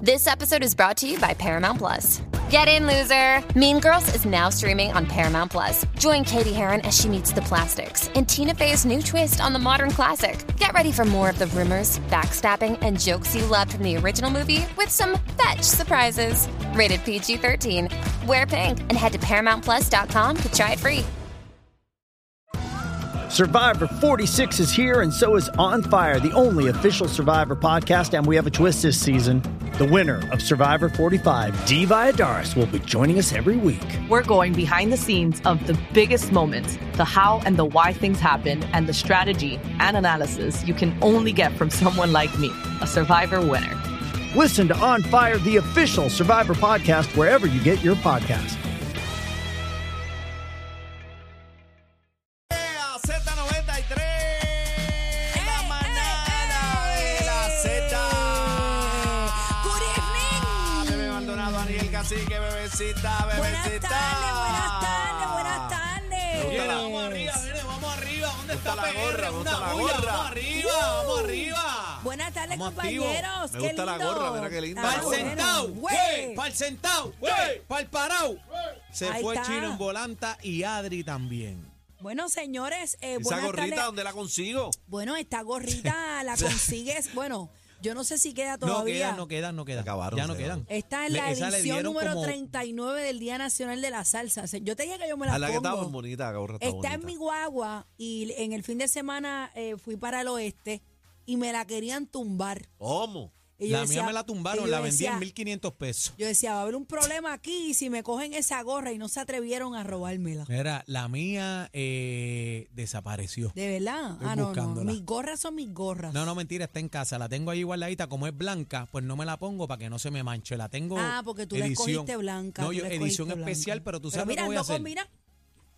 This episode is brought to you by Paramount Plus. Get in, loser! Mean Girls is now streaming on Paramount Plus. Join Katie Heron as she meets the plastics in Tina Fey's new twist on the modern classic. Get ready for more of the rumors, backstabbing, and jokes you loved from the original movie with some fetch surprises. Rated PG 13. Wear pink and head to ParamountPlus.com to try it free. Survivor 46 is here, and so is On Fire, the only official Survivor podcast. And we have a twist this season. The winner of Survivor 45, D. Vyadaris, will be joining us every week. We're going behind the scenes of the biggest moments, the how and the why things happen, and the strategy and analysis you can only get from someone like me, a Survivor winner. Listen to On Fire, the official Survivor podcast, wherever you get your podcast. a Z93, Eh, la manada de la Z. Good evening. Ah, Bebé Maldonado, Aniel Cacique, bebecita, bebecita. Buenas tardes, buenas tardes, buenas tardes. Me gusta la- Vamos arriba, nene, vamos arriba. gusta ¿Dónde está la gorra, PR? me Una gusta la bulla. gorra. Vamos arriba, vamos arriba. Buenas tardes, Vamos activo. compañeros. Me Qué gusta la lindo. gorra, mira qué linda Ah, la Pa'l gorra. bueno, sentado, güey. pa'l sentado, pa'l parado. Se Ahí fue está. Chino en volanta y Adri también. Bueno, señores, eh, Esa buenas gorrita, tardes. ¿dónde la consigo? Bueno, esta gorrita la consigues. Bueno, yo no sé si queda todavía. Eh, No quedan, no quedan, no quedan. acabaron, ya no se quedan. Esta es Le- la esa le edición dieron número como- 39 del Día Nacional de la Salsa. Se- Yo te dije que yo me A la Ah, la que está pongo. bien bonita, la gorra está, Está en mi bonita. guagua y en el fin de semana eh, fui para el oeste y me la querían tumbar. ¿Cómo? Y yo La decía- mía me la y tumbaron, yo la vendí decía- en 1500 pesos. Yo decía, va a haber un problema aquí y si me cogen esa gorra y no se atrevieron a robármela. Mira, la mía eh, desapareció. ¿De verdad? Estoy ah, no, no. buscándola. Mis gorras son mis gorras. No, no, mentira, está en casa. La tengo ahí guardadita. Como es blanca, pues no me la pongo para que no se me manche. La tengo. Ah, porque tú la escogiste blanca. No, tú yo la edición escogiste especial, blanca. pero tú sabes mira, lo que voy a no hacer. combina.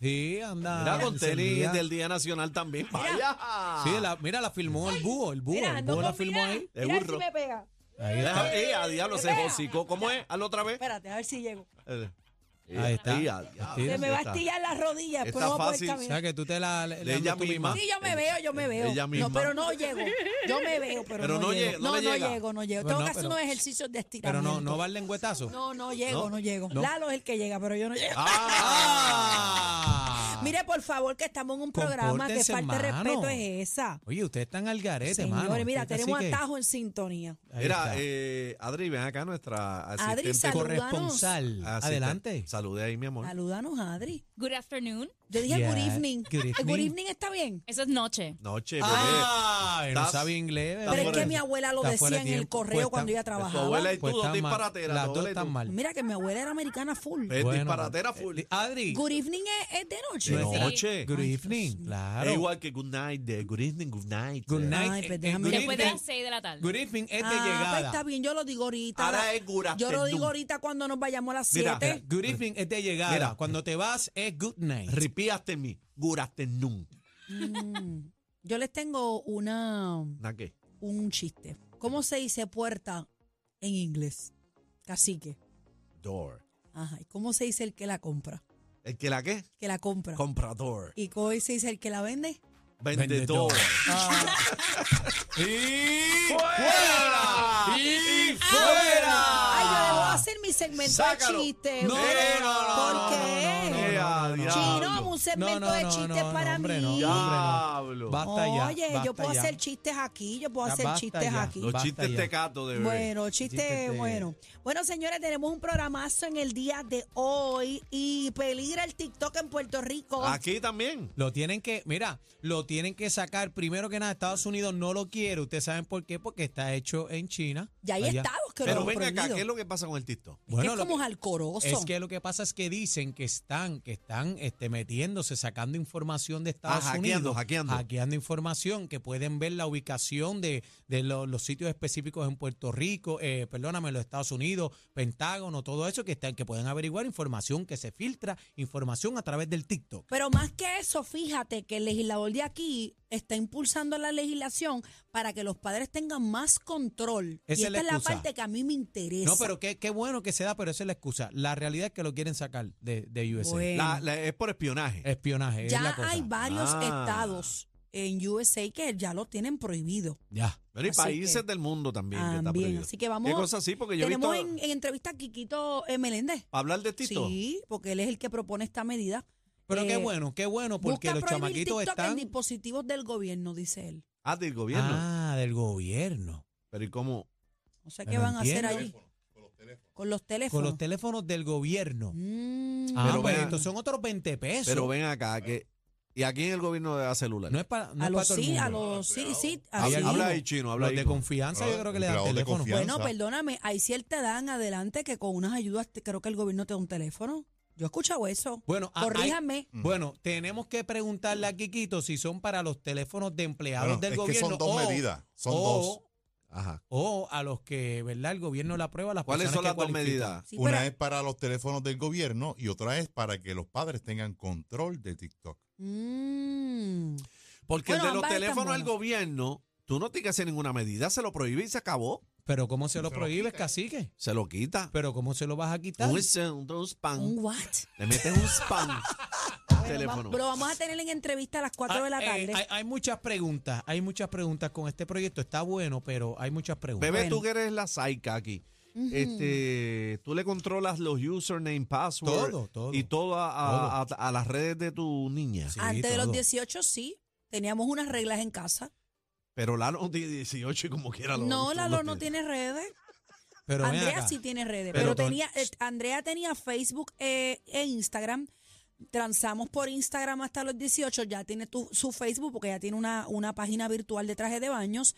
Sí, Ah, anda. Mira, con tenis encendida. del Día Nacional también. Vaya. Sí, la, mira, la filmó el búho, el búho, Mira, el no búho la filmó combina. ahí. De Mira burro. si me pega. Ahí está. Deja- eh, a diablo se hocicó. ¿Cómo es? Hazlo otra vez. Espérate, a ver si llego. Eh, Ahí está. eh, a diablo, Se Se ya me Sí, va a está. estillar las rodillas, Está pero no voy a poder fácil, O caminar. sea, que tú te la... le- De le ella andas tú misma. Sí, yo me veo, yo me veo. Ah. Ella misma. No, pero no llego. Yo me veo, pero, Pero no no llega, llego. no No, le no llega. llego, no llego. Pues Tengo no, que hacer pero- unos ejercicios de Pero estiramiento. no, no va el lengüetazo. No, no llego, no, llego. No. Lalo es el que llega, pero yo no llego. ¡Ah! Mire, por favor, que estamos en un programa que Compórtense, falta de mano. respeto es esa. Oye, ustedes están al garete, Señores, mano. mira, Ustedes tenemos así que- atajo en sintonía. Ahí Mira, está. eh, Adri, ven acá nuestra Adri, asistente. salúdanos. corresponsal. asistente. Adelante. Salude ahí, mi amor. Saludanos, Adri. Good afternoon. Yo dije Yeah, good evening. good Eh, evening. está bien. Eso es noche. Noche, bebé. Ah, no Estás- sabe inglés. estás bebé. Pero es que fuera- mi abuela lo está fuera decía de en el tiempo. correo Pues cuando ella está- trabajaba. abuela y tú, Pues dos están mal. disparateras, Las dos dos de están tú. mal. Mira que mi abuela era americana full. Ves, disparatera eh, full. eh, Adri, Good evening es, es de noche. De no es- noche. good evening, claro. Es igual que good night, de good evening, good night. Good eh. night. Ay, pues eh, eh, déjame- good Después de evening. las 6 de la tarde. Good evening es de Ah, pues llegada. está bien, yo lo digo ahorita. Ahora es good yo lo afternoon. digo ahorita cuando nos vayamos a las Mira, 7. Good evening es de llegada. Mira. Cuando te vas es good night. Repeat after me. Good afternoon. Yo les tengo una ¿Na qué? un chiste. ¿Cómo se dice puerta en inglés? Cacique. Door. Ajá. ¿Y cómo se dice el que la compra? ¿El que la qué? Que la compra. Comprador. ¿Y cómo se dice el que la vende? Vendedor. Ah. Vendedor. ¡Y fuera! ¡Y Ay, yo debo fuera! hacer mi segmento Sácalo. de chistes. No, Eh, no, no, ¿Por qué? no, no, Eh, a Chino, diablo. un segmento de chistes para hombre, mí. no, hombre, Diablo. no. Basta ya, Oye, yo basta puedo ya. hacer chistes aquí, yo puedo Ya, hacer basta chistes ya. aquí. Los Basta chistes ya. tecato de bebé. Bueno, chiste Chistes de- bueno. Bueno, señores, tenemos un programazo en el día de hoy y peligra el TikTok en Puerto Rico. Ah, Aquí también. Lo tienen que, mira, lo tienen que sacar. Primero que nada, Estados Unidos no lo quiere. Ustedes saben por qué, porque está hecho en China. Y hay Allá. estados que lo Pero han ven acá, prohibido. ¿qué es lo que pasa con el TikTok? Es que Bueno, es lo como que- jalcoroso. es que lo que pasa es que dicen que están, que están este, metiéndose, sacando información de Estados Ah, hackeando, Unidos. hackeando. información, que pueden ver la ubicación de, de lo- los sitios específicos en Puerto Rico, eh, perdóname, los Estados Unidos, Pentágono, todo eso, que, están, que pueden averiguar información que se filtra, información a través del TikTok. Pero más que eso, fíjate que el legislador de aquí está impulsando la legislación para que los padres tengan más control. Esa y es esta la es la excusa. parte que a mí me interesa. No, pero qué, qué bueno que se da, pero esa es la excusa. La realidad es que lo quieren sacar de, de USA. Bueno. Eh, La- la- es por espionaje. Espionaje. es la ya cosa. hay varios Ah. estados en USA que ya lo tienen prohibido. Ya. Pero hay Así países que- del mundo también. que está También, prohibido. así que vamos- Qué cosa así, porque yo he visto. Tenemos en, en entrevista a Quiquito eh, Meléndez. Hablar de Tito. Sí, porque él es el que propone esta medida. Pero qué Eh, bueno, qué bueno, porque Busca los prohibir chamaquitos TikTok en están. dispositivos del gobierno, dice él. Ah, del gobierno. Ah, del gobierno. Pero ¿y cómo? No sé Me qué lo van a hacer entiendo. allí. Con los teléfonos. Con los teléfonos del gobierno. Mm, Ah, Pero pero vean- estos son otros 20 pesos. Pero ven acá, que. ¿Y aquí en el gobierno de celular? no es para, no a es para los todo el sí, mundo. a los sí, sí. Habla- así. Hay habla algunos, ahí, chino, habla los ahí, de po. confianza, yo creo que le dan Empleados de teléfono. confianza. Bueno, perdóname, ahí sí él te dan adelante que con unas ayudas te- creo que el gobierno te da un teléfono. Yo he escuchado eso. Bueno, ah, hay- Corríjame. Bueno, tenemos que preguntarle a Quiquito si son para los teléfonos de empleados Bueno, del es que gobierno. son dos o- medidas, son o- dos. Ajá. O a los que, ¿verdad? El gobierno la aprueba. Las ¿Cuáles personas son que las dos cualifican. medidas? Sí, Una pero- es para los teléfonos del gobierno y otra es para que los padres tengan control de TikTok. Mm. Porque Bueno, el de los ambas están teléfonos del buenas. gobierno, tú no tienes que hacer ninguna medida, se lo prohíbe y se acabó. Pero ¿cómo se lo Se lo prohíbes, quita, ¿eh? cacique? Se lo quita. Pero ¿cómo se lo vas a quitar? Ah, Un, se- un spam. ¿Un what? Le metes un spam. al teléfono. Pero vamos a tener en entrevista a las 4 de la Ah, eh, tarde. hay, hay muchas preguntas, hay muchas preguntas con este proyecto. Está bueno, pero hay muchas preguntas. Bebé, Bueno. tú que eres la saica aquí. Este, tú le controlas los username, password Todo, todo. y todo a, a- a- a las redes de tu niña. Sí, Antes de los todo. 18 sí, teníamos unas reglas en casa. Pero Lalo tiene 18 y como quiera lo No, tú Lalo no tiene redes. Pero ven Andrea acá. sí tiene redes, Pero pero, con- tenía eh, Andrea tenía Facebook eh, e Instagram. Transamos por Instagram hasta los 18, ya tiene tu- su Facebook porque ya tiene una, una página virtual de traje de baños.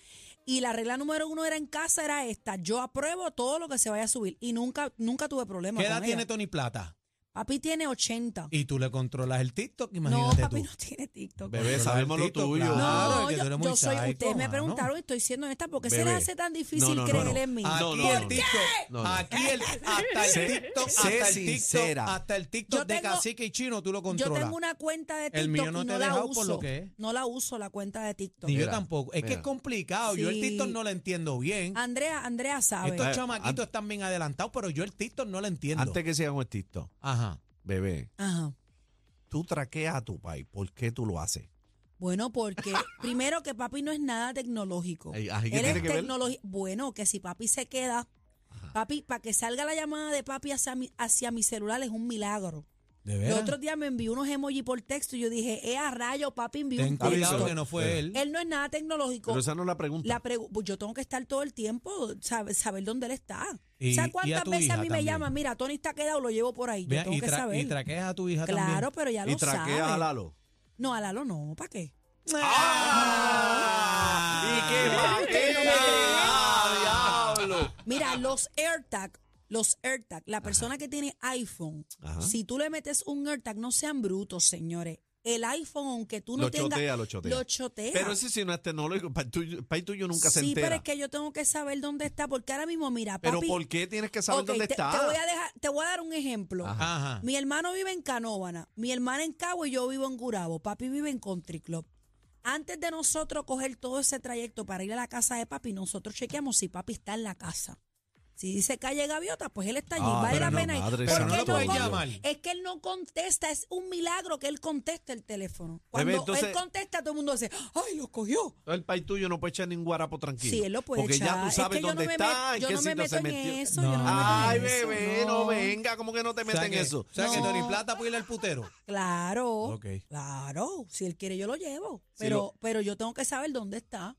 Y la regla número uno era en casa, era esta, yo apruebo todo lo que se vaya a subir. Y nunca, nunca tuve problemas. ¿Qué con edad ella. tiene Tony Plata? Papi tiene 80. Y tú le controlas el TikTok, No, imagínate papi tú. no tiene TikTok. Bebé, Pero sabemos lo Lalito, tuyo. claro. No, es que tú yo, eres yo muy soy. psycho, Ah, ustedes me mano. preguntaron y estoy siendo honesta porque se Bebé. les hace tan difícil No, no, no, creer no. en mí. Ah, Aquí No, no, el no. TikTok, No, no. aquí el, hasta el Sé- TikTok, sé hasta el TikTok, sincera. hasta el TikTok Yo de tengo- cacique y chino, tú lo Yo controlas. tengo una cuenta de TikTok El mío no y te no he la dejado uso. por lo que es. No la uso la cuenta de TikTok. Ni yo Mira, tampoco. Es que mira. es complicado. Yo el Sí. Ah, TikTok no lo entiendo bien. Andrea, Andrea sabe. Estos Eh, chamaquitos an- están bien adelantados, pero yo el TikTok no lo entiendo. Antes que sigamos el TikTok, Ajá. bebé, Ajá. tú traqueas a tu país. ¿Por qué tú lo haces? Bueno, porque primero que papi no es nada tecnológico. Ay, ah, ay, ¿qué Él tiene es que ver? tecnologi- Bueno, que si papi se queda, papi, para que salga la llamada de papi hacia mi, hacia mi celular es un milagro. De El veras. otro día me envió unos emoji por texto y yo dije, eh, a rayo, papi envió Ten un Eh, texto. cuidado Papi, que no fue él. Él no es nada tecnológico. Pero esa no es la pregunta. La pregu- pues yo tengo que estar todo el tiempo, sabe- saber dónde él está. Y- o sea, y a ¿cuántas tu veces a hija mí me también. llaman? Mira, Tony está quedado, lo llevo por ahí. Vea, yo tengo y, que tra- saber. y traqueas a tu hija Claro, también. pero ya y lo sabe. traqueas a Lalo. ¡Ah! No, a Lalo no, ¿para qué? ¡Y qué va! diablo! Mira, los AirTag, los AirTag, la persona que tiene iPhone, Ajá. si tú le metes un AirTag, no sean brutos, señores. El iPhone, aunque tú no Lo tengas... chotea, lo chotea. Lo chotea. Pero ese sí no es tecnológico. Para tuyo, para tuyo nunca se sí, entera. pero es que yo tengo que saber dónde está, porque ahora mismo, mira, Pero papi... ¿por qué tienes que saber Ok, dónde te, está? te voy a dejar, te voy a dar un ejemplo. Ajá. Mi hermano vive en Canóvana, mi hermana en Cabo y yo vivo en Gurabo. Papi vive en Country Club. Antes de nosotros coger todo ese trayecto para ir a la casa de papi, nosotros chequeamos si papi está en la casa. Si dice calle Gaviota, pues él está allí. Ah, vale pero la no, pena. ir. madre Porque santa. él Pero no lo con- puedes llamar. Es que él no contesta. Es un milagro que él conteste el teléfono. Cuando Bebé, entonces- él contesta, todo el mundo dice, ¡ay, lo cogió! El país tuyo no puede echar ningún guarapo tranquilo. Sí, él lo puede Porque ya echar. tú Es sabes que yo dónde no me está, met- en yo qué no me sitio meto se en metió. eso, yo no me Ay, meto en eso, bebé, no. no. venga, ¿cómo que no te O sea meten que- eso? O sea que No. Tony Plata puede ir al putero. Claro. Ok. Claro. Si él quiere, yo lo llevo. Si Pero, lo- pero yo tengo que saber dónde está.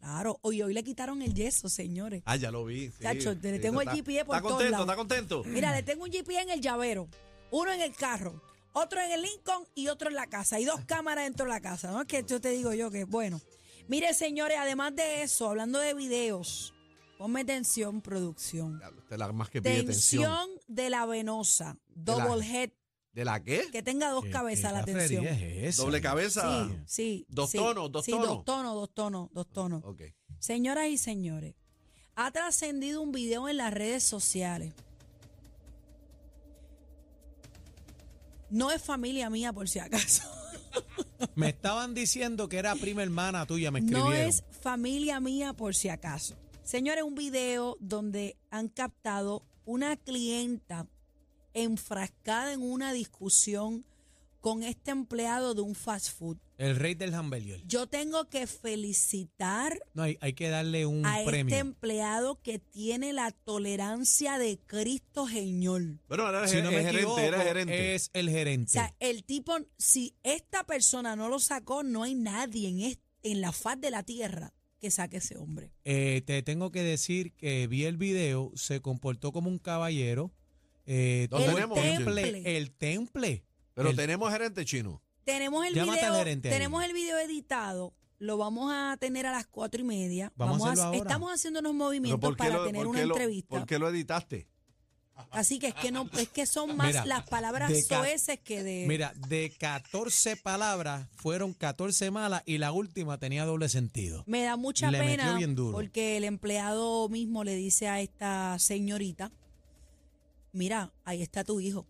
Claro. Hoy, hoy le quitaron el yeso, señores. Ah, ya lo vi. sí, Chacho, te- le sí, tengo el está- GPS por ¿Está todos contento? lados. ¿Está contento? Mira, le tengo un GPS en el llavero, uno en el carro, otro en el Lincoln y otro en la casa. Y dos cámaras dentro de la casa, ¿no? Es que yo te digo yo que, bueno. Mire, señores, además de eso, hablando de videos, ponme tensión, producción. Diablo, Te la más que pide tensión. Tensión de la venosa, De la- Eh, double head, ¿De la qué? que tenga dos ¿Qué- cabezas qué la tensión. cafrería es esa? ¿Doble cabeza? Sí, sí. Dos sí, tonos, dos sí, tonos. dos tonos, dos tonos, dos tonos. Ok. Señoras y señores, ha trascendido un video en las redes sociales. No es familia mía, por si acaso. Me estaban diciendo que era prima hermana tuya, me escribieron. No es familia mía, por si acaso. Señores, un video donde han captado una clienta enfrascada en una discusión con este empleado de un fast food. El rey del Jambelier. Yo tengo que felicitar No, hay, hay que darle un a premio. este empleado que tiene la tolerancia de Cristo Señor. Bueno, ahora es, si no es me gerente, equivoco, eh, era gerente. es el O gerente. sea, el tipo, si esta persona no lo sacó, no hay nadie en, es- en la faz de la tierra que saque ese hombre. Eh, te tengo que decir que vi el video, se comportó como un caballero. Eh, ¿Dónde tuvo tenemos, el Angel? temple, el temple. Pero el- tenemos gerente chino. Tenemos el Llámate al video, gerente ahí. tenemos el video editado. Lo vamos a tener a las cuatro y media. Vamos hacer- a hacerlo ahora. Estamos haciendo unos Pero movimientos ¿por qué para lo- tener por una qué lo- entrevista. ¿Por qué lo editaste? Así que es que no, es que son más Mira, las palabras de ca- soeces que de. Mira, de 14 palabras fueron 14 malas y la última tenía doble sentido. Me da mucha Le metió pena bien duro. porque el empleado mismo le dice a esta señorita, mira, ahí está tu hijo.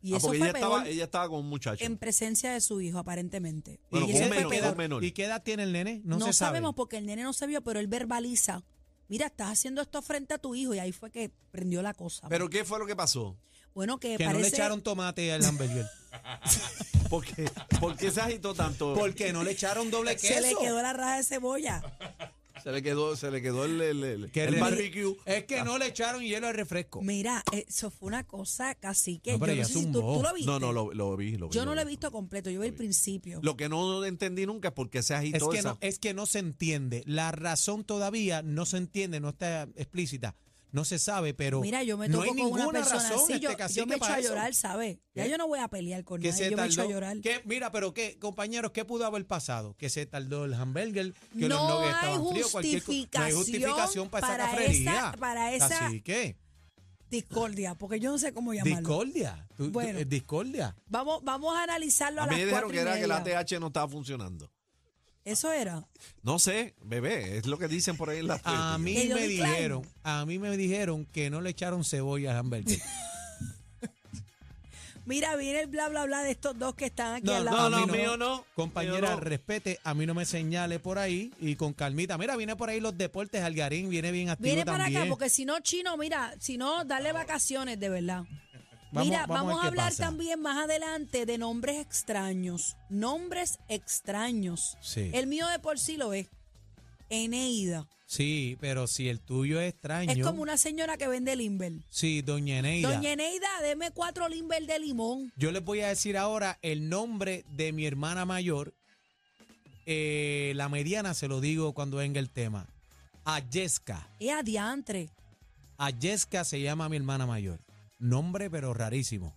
Y Ah, eso porque fue ella peor Em, estaba, ella estaba con un muchacho. en presencia de su hijo, aparentemente. Bueno, y con eso un fue menor, peor. con un menor. ¿Y qué edad tiene el nene? No, No, se sabe. sabemos porque el nene no se vio, pero él verbaliza, mira, estás haciendo esto frente a tu hijo y ahí fue que prendió la cosa. ¿Pero qué fue lo que pasó? bueno, que, que no le parece... echaron tomate al hamburger. ¿Por qué, por qué se agitó tanto? Porque no le echaron doble queso. se le quedó la raja de cebolla. Se le quedó, se le quedó el, el, el- Que el le- barbecue. Eh, Ah. Es que no le echaron hielo al refresco. Mira, eso fue una cosa casi que No, yo pero no ella sé si tú, zumbó. tú lo viste. No, no, lo, lo vi, lo vi, yo no lo he vi. visto completo, yo vi el principio. Lo que no entendí nunca es por qué se Es agitó que, esa. no, es que no se entiende. La razón todavía no se entiende, no está explícita. No se sabe, pero Mira, yo me no toco hay con una ninguna persona razón así, este yo, cacique yo me echo para a eso. llorar, ¿sabes? Ya ¿Qué? yo no voy a pelear con Que nadie, se yo me echo a tardó. llorar. ¿Qué? Mira, pero qué, compañeros, ¿qué pudo haber pasado? Que se tardó el hamburger, que los No nuggets hay estaban fríos, cualquier co- No hay justificación justificación para, para esa cafrería. esa- para esa- Así que, Discordia, porque yo no sé cómo llamarlo. discordia. Tú- tú- Bueno. eh, discordia. Vamos, vamos a analizarlo a, A mí las me dijeron cuatro y que era que la media. TH no estaba funcionando. Eso era. No sé, bebé, es lo que dicen por ahí en la tele. A mí Que yo me declino. dijeron, a mí me dijeron que no le echaron cebolla al hamburger. Mira, viene el bla, bla, bla de estos dos que están aquí al no, lado. no, a mí mío no, Compañera, mío no. respete, a mí no me señale por ahí y con calmita. Mira, viene por ahí los deportes, Algarín viene bien activo Viene para también. acá, porque si no, chino, mira, si no, dale vacaciones, de verdad. Vamos- mira, vamos a vamos, ver a, qué hablar pasa. también más adelante de nombres extraños. Nombres extraños. Sí. El mío de por sí lo es. Eneida. Sí, pero si el tuyo es extraño. Es como una señora que vende Limber. Sí, doña Eneida. Doña Eneida, deme cuatro Limber de limón. Yo les voy a decir ahora el nombre de mi hermana mayor. Eh, la mediana se lo digo cuando venga el tema. Ayeska. Es adiantre. Ayeska se llama mi hermana mayor. Nombre pero rarísimo.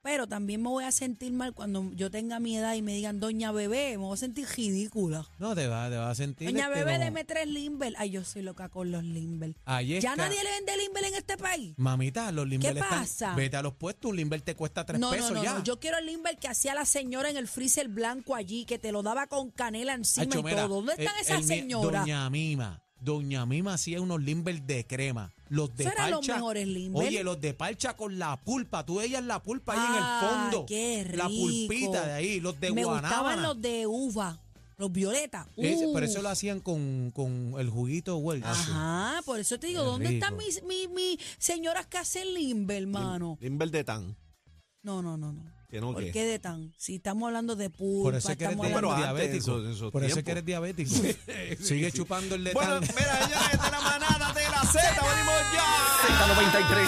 Pero también me voy a sentir mal cuando yo tenga mi edad y me digan Doña Bebé. Me voy a sentir ridícula. No te va, te va a sentir. Doña este, Bebé, como- deme tres Limber. Ay, yo soy loca con los Limber. Ayeska. Ya nadie le vende Limber en este país. Mamita, los limber ¿Qué están- pasa? Vete a los puestos, un limber te cuesta tres No, pesos no, no, ya. no. Yo quiero el Limber que hacía la señora en el freezer blanco allí, que te lo daba con canela encima Hacho, y mira, todo. ¿Dónde eh, el- están esas el mi- señoras? Doña Mima. Doña Mima hacía unos limber de crema. Los de Eso eran los parcha. mejores limber. Oye, los de parcha con la pulpa. Tú veías la pulpa ahí en el Ah, fondo. qué La rico. pulpita de ahí, los de Me gustaban guanábana. los de uva, los violetas. Uh. Ese- pero eso lo hacían con, con el juguito Welch. Ajá, Ah, por eso te digo, Qué ¿dónde están rico. mis, mis, mis señoras que hacen Limber, hermano? Limber de tan. No, no, no, no. Que no, ¿Por que- qué de tan? Si estamos hablando de pulpa, Por eso es que eres estamos de- hablando Pero diabético. antes, en esos- en esos Por eso tiempos. es que eres diabético. Sigue chupando el de Bueno, tan- mira, señores, esta es la manada de la Z, venimos ya. Z93